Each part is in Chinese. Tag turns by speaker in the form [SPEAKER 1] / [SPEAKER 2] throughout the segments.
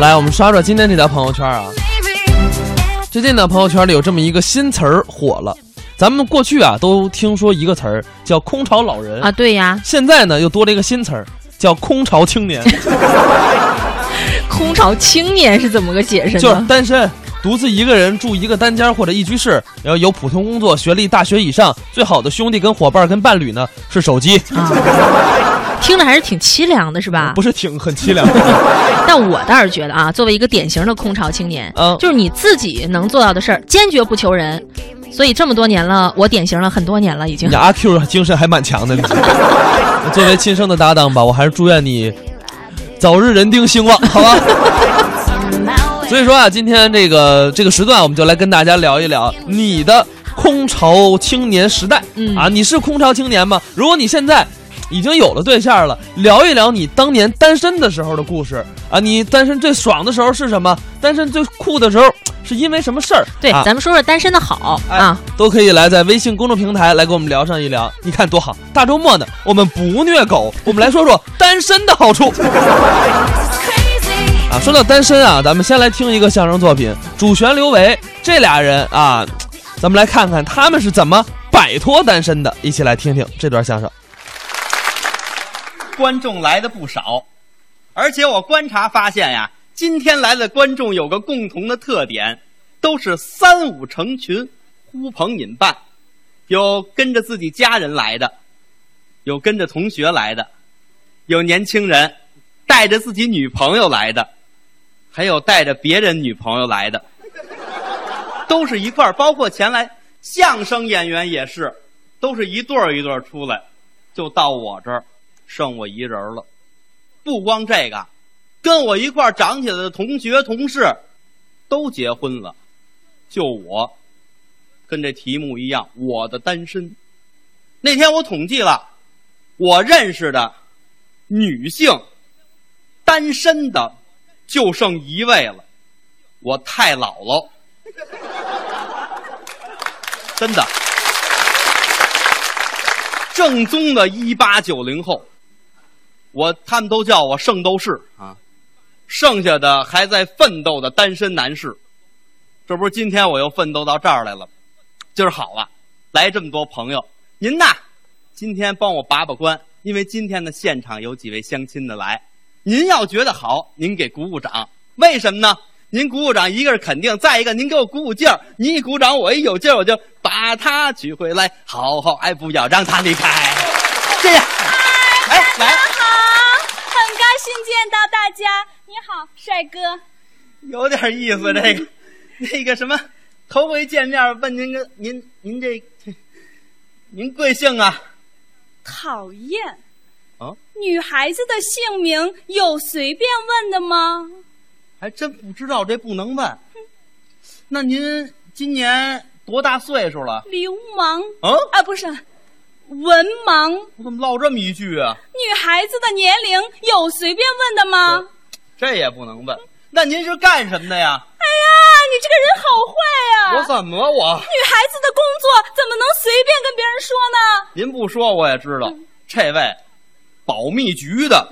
[SPEAKER 1] 来，我们刷刷今天这条朋友圈啊。最近呢，朋友圈里有这么一个新词儿火了。咱们过去啊都听说一个词儿叫“空巢老人”，
[SPEAKER 2] 啊，对呀，
[SPEAKER 1] 现在呢又多了一个新词儿叫“空巢青年
[SPEAKER 2] 空巢青年是怎么个解”，释
[SPEAKER 1] 就是
[SPEAKER 2] 呢？
[SPEAKER 1] 单身。独自一个人住一个单间或者一居室，然后有普通工作、学历大学以上，最好的兄弟跟伙伴跟伴侣呢是手机，
[SPEAKER 2] 啊听着还是挺凄凉的，是吧？
[SPEAKER 1] 不是挺很凄凉。
[SPEAKER 2] 但我倒是觉得啊，作为一个典型的空巢青年，
[SPEAKER 1] 嗯
[SPEAKER 2] 就是你自己能做到的事儿，坚决不求人。所以这么多年了，我典型了很多年了，已经
[SPEAKER 1] 你。阿 Q 精神还蛮强 的。你作为亲生的搭档吧，我还是祝愿你早日人丁 兴旺，好吧？所以说啊，今天这个这个时段，我们就来跟大家聊一聊你的空巢青年时代。
[SPEAKER 2] 嗯
[SPEAKER 1] 啊，你是空巢青年吗？如果你现在已经有了对象了，聊一聊你当年单身的时候的故事啊。你单身最爽的时候是什么？单身最酷的时候是因为什么事儿？
[SPEAKER 2] 对，
[SPEAKER 1] 啊
[SPEAKER 2] 咱们说说单身的好、
[SPEAKER 1] 哎
[SPEAKER 2] 啊，
[SPEAKER 1] 都可以来在微信公众平台来跟我们聊上一聊，你看多好！大周末呢，我们不虐狗，我们来说说单身的好处啊。说到单身啊，咱们先来听一个相声作品，主旋刘维这俩人啊，咱们来看看他们是怎么摆脱单身的，一起来听听这段相声。
[SPEAKER 3] 观众来的不少，而且我观察发现呀，今天来的观众有个共同的特点，都是三五成群，呼朋引伴，有跟着自己家人来的，有跟着同学来的，有年轻人带着自己女朋友来的，还有带着别人女朋友来的， 都是一块儿，包括前来相声演员也是，都是一对儿一对儿出来，就到我这儿。剩我一人了。不光这个，跟我一块儿长起来的同学同事，都结婚了，就我，跟这题目一样，我的单身。那天我统计了，我认识的女性单身的就剩一位了，我太姥姥，真的。正宗的一八九零后，我他们都叫我圣斗士啊，剩下的还在奋斗的单身男士，这不是今天我又奋斗到这儿来了，今儿好了，来这么多朋友，您呐，今天帮我把把关，因为今天的现场有几位相亲的来，您要觉得好，您给鼓鼓掌，为什么呢？您鼓鼓掌，一个是肯定，再一个您给我鼓鼓劲儿，您一鼓掌，我一有劲儿，我就把他娶回来，好好爱，不要让他离开，谢谢，哎，来。
[SPEAKER 4] 很高兴见到大家。你好，帅哥。
[SPEAKER 3] 有点意思，这个，那个什么，头回见面问您个您您这，您贵姓啊？
[SPEAKER 4] 讨厌。
[SPEAKER 3] 啊
[SPEAKER 4] 女孩子的姓名有随便问的吗？
[SPEAKER 3] 还真不知道，这不能问。那您今年多大岁数了？
[SPEAKER 4] 流氓
[SPEAKER 3] 啊，
[SPEAKER 4] 啊，不是，文盲。女
[SPEAKER 3] 我怎么落这么一句啊？
[SPEAKER 4] 孩子的年龄有随便问的吗？
[SPEAKER 3] 对这也不能问。那您是干什么的呀？
[SPEAKER 4] 哎呀，你这个人好坏呀、啊
[SPEAKER 3] 我怎么了我？
[SPEAKER 4] 女孩子的工作怎么能随便跟别人说呢？
[SPEAKER 3] 您不说我也知道，这位，保密局的，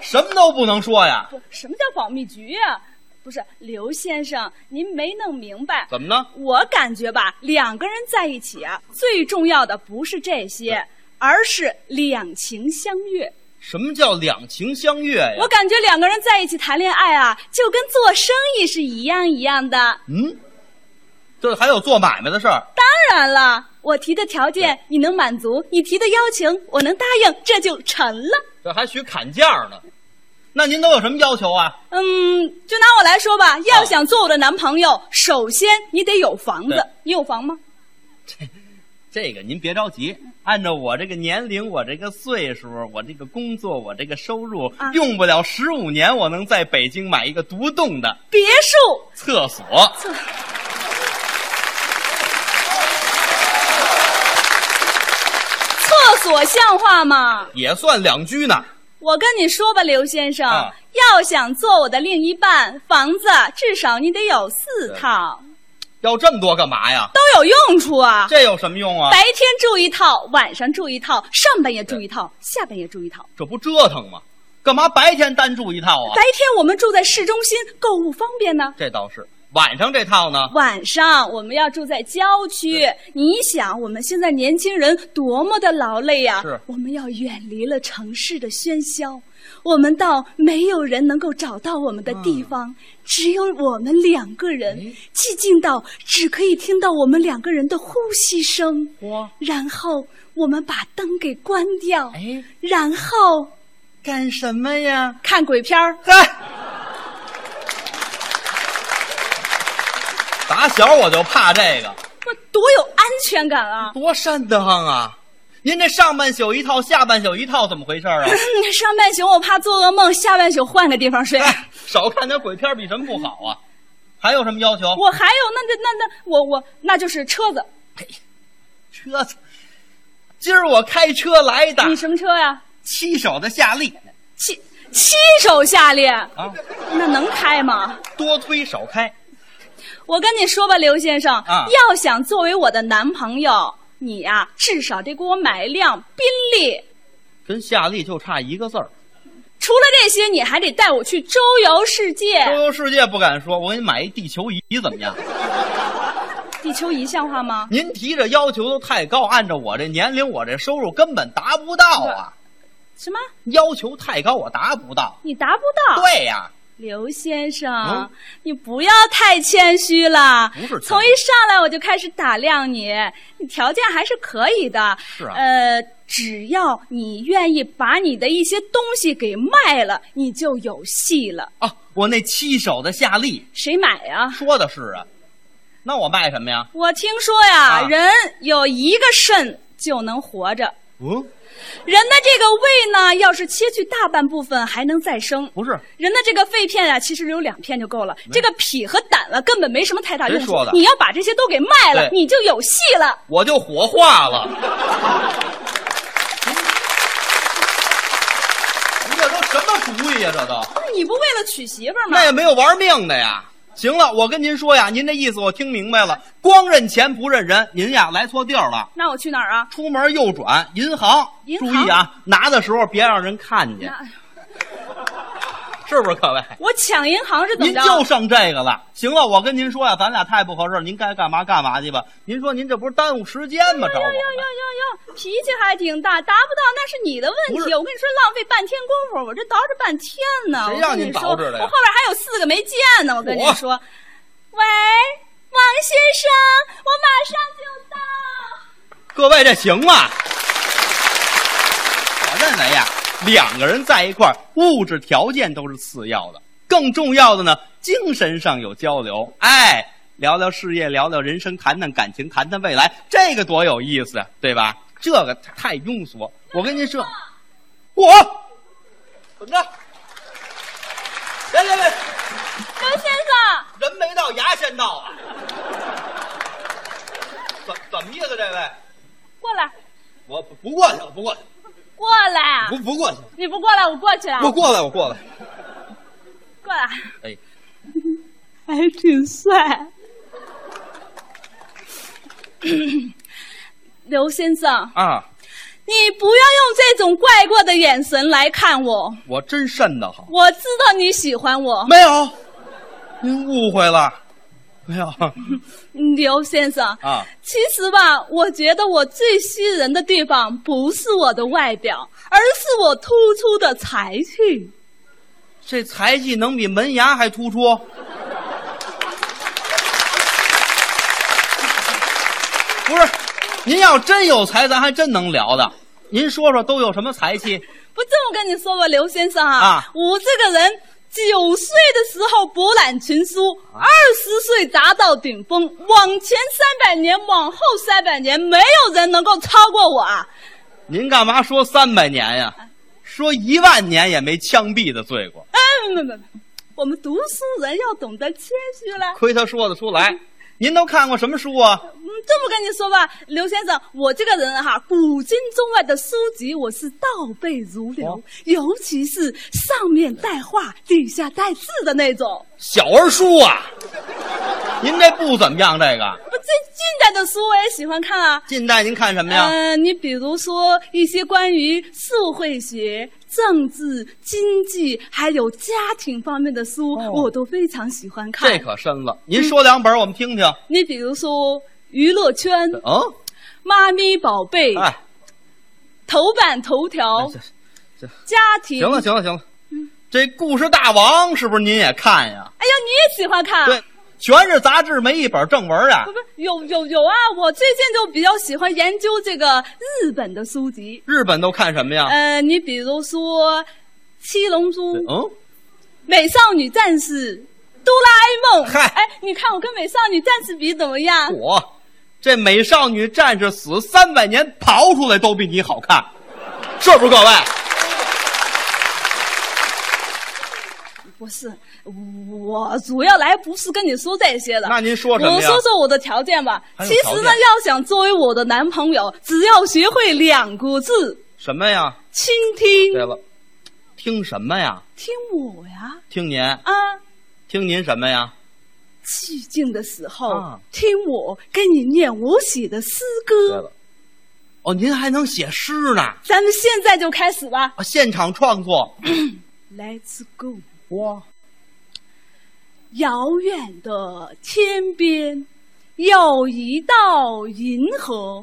[SPEAKER 3] 什么都不能说呀？
[SPEAKER 4] 不，什么叫保密局呀、不是，刘先生，您没弄明白。
[SPEAKER 3] 怎么呢？
[SPEAKER 4] 我感觉吧，两个人在一起啊，最重要的不是这些，而是两情相悦。
[SPEAKER 3] 什么叫两情相悦呀？
[SPEAKER 4] 我感觉两个人在一起谈恋爱啊，就跟做生意是一样一样的。
[SPEAKER 3] 嗯，这还有做买卖的事儿，
[SPEAKER 4] 当然了，我提的条件你能满足，你提的邀请我能答应，这就成了。
[SPEAKER 3] 这还许砍价呢。那您都有什么要求啊？
[SPEAKER 4] 嗯，就拿我来说吧，要想做我的男朋友，首先你得有房子
[SPEAKER 3] 对。
[SPEAKER 4] 你有房吗？
[SPEAKER 3] 这个您别着急，按照我这个年龄、我这个岁数、我这个工作、我这个收入，
[SPEAKER 4] 啊
[SPEAKER 3] 用不了十五年，我能在北京买一个独栋的
[SPEAKER 4] 别墅。
[SPEAKER 3] 厕所。
[SPEAKER 4] 厕厕所像话吗？
[SPEAKER 3] 也算两居呢，
[SPEAKER 4] 我跟你说吧，刘先生，
[SPEAKER 3] 啊
[SPEAKER 4] 要想做我的另一半，房子至少你得有四套，
[SPEAKER 3] 要这么多干嘛呀？
[SPEAKER 4] 都有用处啊。
[SPEAKER 3] 这有什么用啊？
[SPEAKER 4] 白天住一套，晚上住一套，上半夜住一套，下半夜住一套。
[SPEAKER 3] 这不折腾吗？干嘛白天单住一套啊？
[SPEAKER 4] 白天我们住在市中心，购物方便呢。
[SPEAKER 3] 这倒是，晚上这套呢？
[SPEAKER 4] 晚上我们要住在郊区，你想我们现在年轻人多么的劳累呀、
[SPEAKER 3] 是
[SPEAKER 4] 我们要远离了城市的喧嚣，我们到没有人能够找到我们的地
[SPEAKER 3] 嗯
[SPEAKER 4] 方，只有我们两个人，
[SPEAKER 3] 哎
[SPEAKER 4] 寂静到只可以听到我们两个人的呼吸声。
[SPEAKER 3] 嚯，
[SPEAKER 4] 然后我们把灯给关掉，
[SPEAKER 3] 哎，
[SPEAKER 4] 然后
[SPEAKER 3] 干什么呀？
[SPEAKER 4] 看鬼片儿。
[SPEAKER 3] 嗨，打小我就怕这个，
[SPEAKER 4] 我多有安全感啊！
[SPEAKER 3] 多瘆得慌啊！您这上半宿一套，下半宿一套，怎么回事啊？
[SPEAKER 4] 上半宿我怕做噩梦，下半宿换个地方睡。
[SPEAKER 3] 哎，少看点鬼片比什么不好啊？还有什么要求？
[SPEAKER 4] 我还有那那那那我我那就是车子，
[SPEAKER 3] 车子，今儿我开车来的，
[SPEAKER 4] 你什么车呀？
[SPEAKER 3] 七手的夏利
[SPEAKER 4] 七七手下列，
[SPEAKER 3] 啊，
[SPEAKER 4] 那能开吗？
[SPEAKER 3] 多推少开。
[SPEAKER 4] 我跟你说吧，刘先生，
[SPEAKER 3] 啊
[SPEAKER 4] 要想作为我的男朋友，你呀、至少得给我买一辆宾利。
[SPEAKER 3] 跟夏利就差一个字儿。
[SPEAKER 4] 除了这些，你还得带我去周游世界。
[SPEAKER 3] 周游世界不敢说，我给你买一地球仪怎么样？
[SPEAKER 4] 地球仪像话吗？
[SPEAKER 3] 您提这要求都太高，按照我这年龄，我这收入根本达不到啊！
[SPEAKER 4] 什么？
[SPEAKER 3] 要求太高，我达不到。
[SPEAKER 4] 你达不到？
[SPEAKER 3] 对呀、
[SPEAKER 4] 刘先生，
[SPEAKER 3] 嗯
[SPEAKER 4] 你不要太谦虚了。
[SPEAKER 3] 不是谦虚
[SPEAKER 4] 从一上来我就开始打量你，你条件还是可以的。
[SPEAKER 3] 是啊
[SPEAKER 4] 呃，只要你愿意把你的一些东西给卖了，你就有戏了。
[SPEAKER 3] 啊，我那七手的夏利
[SPEAKER 4] 谁买呀？
[SPEAKER 3] 说的是啊，那我卖什么呀？
[SPEAKER 4] 我听说呀，
[SPEAKER 3] 啊
[SPEAKER 4] 人有一个肾就能活着，
[SPEAKER 3] 嗯，
[SPEAKER 4] 人的这个胃呢，要是切去大半部分还能再生。
[SPEAKER 3] 不是，
[SPEAKER 4] 人的这个肺片啊，其实有两片就够了。这个脾和胆了，根本没什么太大用
[SPEAKER 3] 谁
[SPEAKER 4] 处
[SPEAKER 3] 说的。
[SPEAKER 4] 你要把这些都给卖了，
[SPEAKER 3] 对
[SPEAKER 4] 你就有戏了。
[SPEAKER 3] 我就火化 了。你这都什么主意呀、这都
[SPEAKER 4] 那你不为了娶媳妇儿吗
[SPEAKER 3] 那？也没有玩命的呀。行了，我跟您说呀，您这意思我听明白了，光认钱不认人，您呀来错地儿了。
[SPEAKER 4] 那我去哪儿啊？
[SPEAKER 3] 出门右转，银行，
[SPEAKER 4] 银
[SPEAKER 3] 注
[SPEAKER 4] 行
[SPEAKER 3] 意啊，拿的时候别让人看见
[SPEAKER 4] 那，
[SPEAKER 3] 是不是各位？
[SPEAKER 4] 我抢银行是怎么
[SPEAKER 3] 您
[SPEAKER 4] 着？
[SPEAKER 3] 就剩这个了。行了，我跟您说呀、咱俩太不合适了，您该干嘛干嘛去吧。您说您这不是耽误时间吗？找
[SPEAKER 4] 哟哟
[SPEAKER 3] 我
[SPEAKER 4] 哟
[SPEAKER 3] 们
[SPEAKER 4] 哟哟，脾气还挺大，达不到那是你的问
[SPEAKER 3] 不
[SPEAKER 4] 题。
[SPEAKER 3] 是
[SPEAKER 4] 我跟你说，浪费半天功夫，我这捯饬半天呢。
[SPEAKER 3] 谁
[SPEAKER 4] 我
[SPEAKER 3] 让
[SPEAKER 4] 跟
[SPEAKER 3] 您
[SPEAKER 4] 你说，
[SPEAKER 3] 捯饬的呀
[SPEAKER 4] 我后边还有四个没见呢。我跟你
[SPEAKER 3] 我
[SPEAKER 4] 说，喂，王先生，我马上就到。
[SPEAKER 3] 各位这行吗？我认为呀，啊两个人在一块儿，物质条件都是次要的，更重要的呢，精神上有交流。哎，聊聊事业，聊聊人生，谈谈感情，谈谈未来，这个多有意思，对吧？这个太庸俗。我跟您说，我怎么着？别别别，
[SPEAKER 4] 刘先生。
[SPEAKER 3] 人没到，牙先到啊！怎怎么意思？这位，
[SPEAKER 4] 过来，
[SPEAKER 3] 我不不过去了，不过去了。
[SPEAKER 4] 过来，啊
[SPEAKER 3] 不过去，
[SPEAKER 4] 你不过来，我过去了，
[SPEAKER 3] 过来，我过来。
[SPEAKER 4] 过来，
[SPEAKER 3] 哎，
[SPEAKER 4] 还挺 帅。刘先生，
[SPEAKER 3] 啊，
[SPEAKER 4] 你不要用这种怪怪的眼神来看我，
[SPEAKER 3] 我真瘆得慌。
[SPEAKER 4] 我知道你喜欢我，
[SPEAKER 3] 没有，您误会了，没有
[SPEAKER 4] 刘先生。
[SPEAKER 3] 啊。
[SPEAKER 4] 其实吧，我觉得我最吸引人的地方不是我的外表，而是我突出的才气。
[SPEAKER 3] 这才气能比门牙还突出？不是，您要真有才，咱还真能聊的。您说说都有什么才气？
[SPEAKER 4] 不这么跟你说吧，刘先生啊，
[SPEAKER 3] 啊
[SPEAKER 4] 我这个人九岁的时候博览群书，二十岁达到顶峰，往前三百年，往后三百年，没有人能够超过我啊！
[SPEAKER 3] 您干嘛说三百年呀？说一万年也没枪毙的罪过，
[SPEAKER 4] 哎，不不不，我们读书人要懂得谦虚了。
[SPEAKER 3] 亏他说得出来。您都看过什么书啊？
[SPEAKER 4] 嗯，这么跟你说吧，刘先生，我这个人哈，古今中外的书籍我是倒背如流，尤其是上面带画、底下带字的那种。
[SPEAKER 3] 小儿书啊，您这不怎么样，这个
[SPEAKER 4] 不，这近代的书我也喜欢看啊。
[SPEAKER 3] 近代您看什么呀？
[SPEAKER 4] 嗯、你比如说一些关于社会学、政治、经济，还有家庭方面的书，我都非常喜欢看。
[SPEAKER 3] 哦这可深了，您说两本我们听听。
[SPEAKER 4] 你比如说娱乐圈、
[SPEAKER 3] 嗯，
[SPEAKER 4] 妈咪宝贝、
[SPEAKER 3] 哎，
[SPEAKER 4] 头版头条、
[SPEAKER 3] 这
[SPEAKER 4] 家庭。
[SPEAKER 3] 哎行了，行了，行了，这故事大王是不是您也看呀？
[SPEAKER 4] 哎呀，你也喜欢看？
[SPEAKER 3] 对，全是杂志，没一本正文啊
[SPEAKER 4] 不。不，有有有啊！我最近就比较喜欢研究这个日本的书籍。
[SPEAKER 3] 日本都看什么呀？
[SPEAKER 4] 呃，你比如说《七龙珠》《
[SPEAKER 3] 嗯，
[SPEAKER 4] 美少女战士》《哆啦 A 梦》。
[SPEAKER 3] 嗨哦
[SPEAKER 4] 哎，你看我跟美少女战士比怎么样？
[SPEAKER 3] 我这美少女战士死三百年刨出来都比你好看，是不是各位？
[SPEAKER 4] 不是，我主要来不是跟你说这些的。
[SPEAKER 3] 那您说什么呀
[SPEAKER 4] 我说说我的条件吧。
[SPEAKER 3] 还有
[SPEAKER 4] 其
[SPEAKER 3] 条件
[SPEAKER 4] 实呢，要想作为我的男朋友，只要学会两个字：
[SPEAKER 3] 什么呀？
[SPEAKER 4] 倾听。
[SPEAKER 3] 对了，听什么呀？
[SPEAKER 4] 听我呀，
[SPEAKER 3] 听您，
[SPEAKER 4] 啊。
[SPEAKER 3] 听您什么呀？
[SPEAKER 4] 寂静的时候，
[SPEAKER 3] 啊
[SPEAKER 4] 听我给你念我写的诗
[SPEAKER 3] 对
[SPEAKER 4] 歌。
[SPEAKER 3] 了，哦，您还能写诗呢？
[SPEAKER 4] 咱们现在就开始吧
[SPEAKER 3] 啊，现场创作。
[SPEAKER 4] ，Let's go。
[SPEAKER 3] 哇，
[SPEAKER 4] 遥远的天边有一道银河，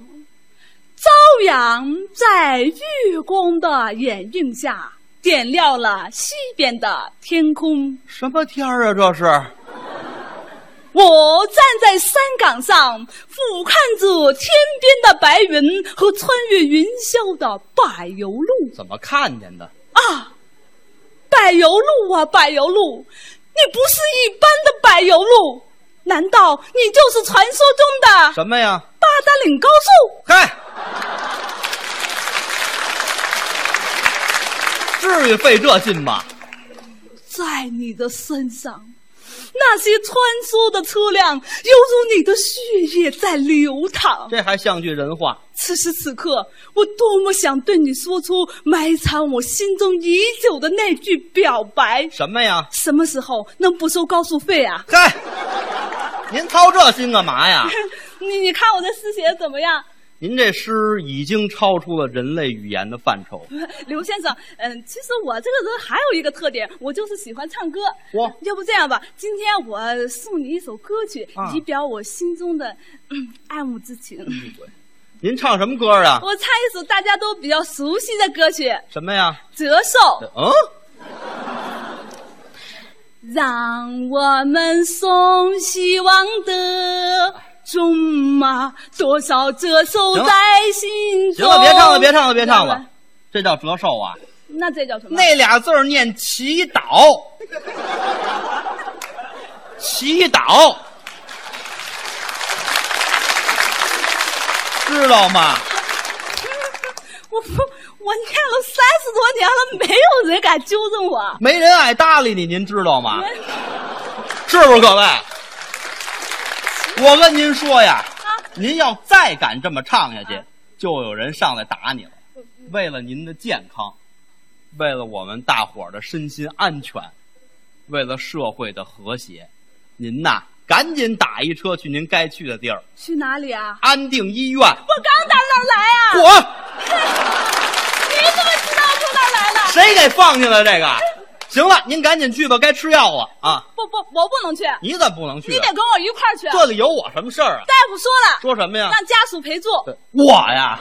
[SPEAKER 4] 朝阳在月光的掩映下，点亮了西边的天空。
[SPEAKER 3] 什么天儿啊？这是？
[SPEAKER 4] 我站在山岗上，俯瞰着天边的白云和穿越云霄的柏油路。
[SPEAKER 3] 怎么看见的？
[SPEAKER 4] 啊，柏油路啊，柏油路，你不是一般的柏油路，难道你就是传说中的
[SPEAKER 3] 什么呀？
[SPEAKER 4] 八达岭高速？
[SPEAKER 3] 嗨，至于费这劲吗？
[SPEAKER 4] 在你的身上，那些穿梭的车辆，犹如你的血液在流淌。
[SPEAKER 3] 这还像句人话。
[SPEAKER 4] 此时此刻，我多么想对你说出埋藏我心中已久的那句表白。
[SPEAKER 3] 什么呀？
[SPEAKER 4] 什么时候能不收高速费啊？
[SPEAKER 3] 嗨，您操这心干嘛呀？
[SPEAKER 4] 你你看我的诗写的怎么样？
[SPEAKER 3] 您这诗已经超出了人类语言的范畴。
[SPEAKER 4] 刘先生，嗯，其实我这个人还有一个特点，我就是喜欢唱歌。
[SPEAKER 3] 哇
[SPEAKER 4] 要不这样吧，今天我送你一首歌曲，
[SPEAKER 3] 啊嗯
[SPEAKER 4] 以表我心中的、嗯爱慕之情。
[SPEAKER 3] 您唱什么歌啊？
[SPEAKER 4] 我唱一首大家都比较熟悉的歌曲《
[SPEAKER 3] 什么呀？
[SPEAKER 4] 折寿》。
[SPEAKER 3] 嗯，
[SPEAKER 4] 让我们送希望的种啊，多少折寿
[SPEAKER 3] 行了
[SPEAKER 4] 在心
[SPEAKER 3] 行
[SPEAKER 4] 中。
[SPEAKER 3] 了，别唱了，别唱了，别唱了。这叫折寿啊！
[SPEAKER 4] 那这叫什么？
[SPEAKER 3] 那俩字儿念祈 祷，祈祷，知道吗？
[SPEAKER 4] 我我念了三十多年了，没有人敢纠正我。
[SPEAKER 3] 没人爱搭理你，您知 道吗？是不是各位？我跟您说呀，
[SPEAKER 4] 啊
[SPEAKER 3] 您要再敢这么唱下去，就有人上来打你了。为了您的健康，为了我们大伙儿的身心安全，为了社会的和谐，您呐，赶紧打一车去您该去的地儿
[SPEAKER 4] 去哪里啊
[SPEAKER 3] ——安定医院。
[SPEAKER 4] 我刚打哪儿来啊？
[SPEAKER 3] 滚！
[SPEAKER 4] 你怎么知道我从哪儿来的？
[SPEAKER 3] 谁给放进来这个？行了，您赶紧去吧，该吃药了啊！
[SPEAKER 4] 不不，我不能去，
[SPEAKER 3] 你怎么不能去
[SPEAKER 4] 你
[SPEAKER 3] 啊？
[SPEAKER 4] 得跟我一块儿去。
[SPEAKER 3] 这里有我什么事儿啊？
[SPEAKER 4] 大夫说了，
[SPEAKER 3] 说什么呀？
[SPEAKER 4] 让家属陪住。
[SPEAKER 3] 我呀，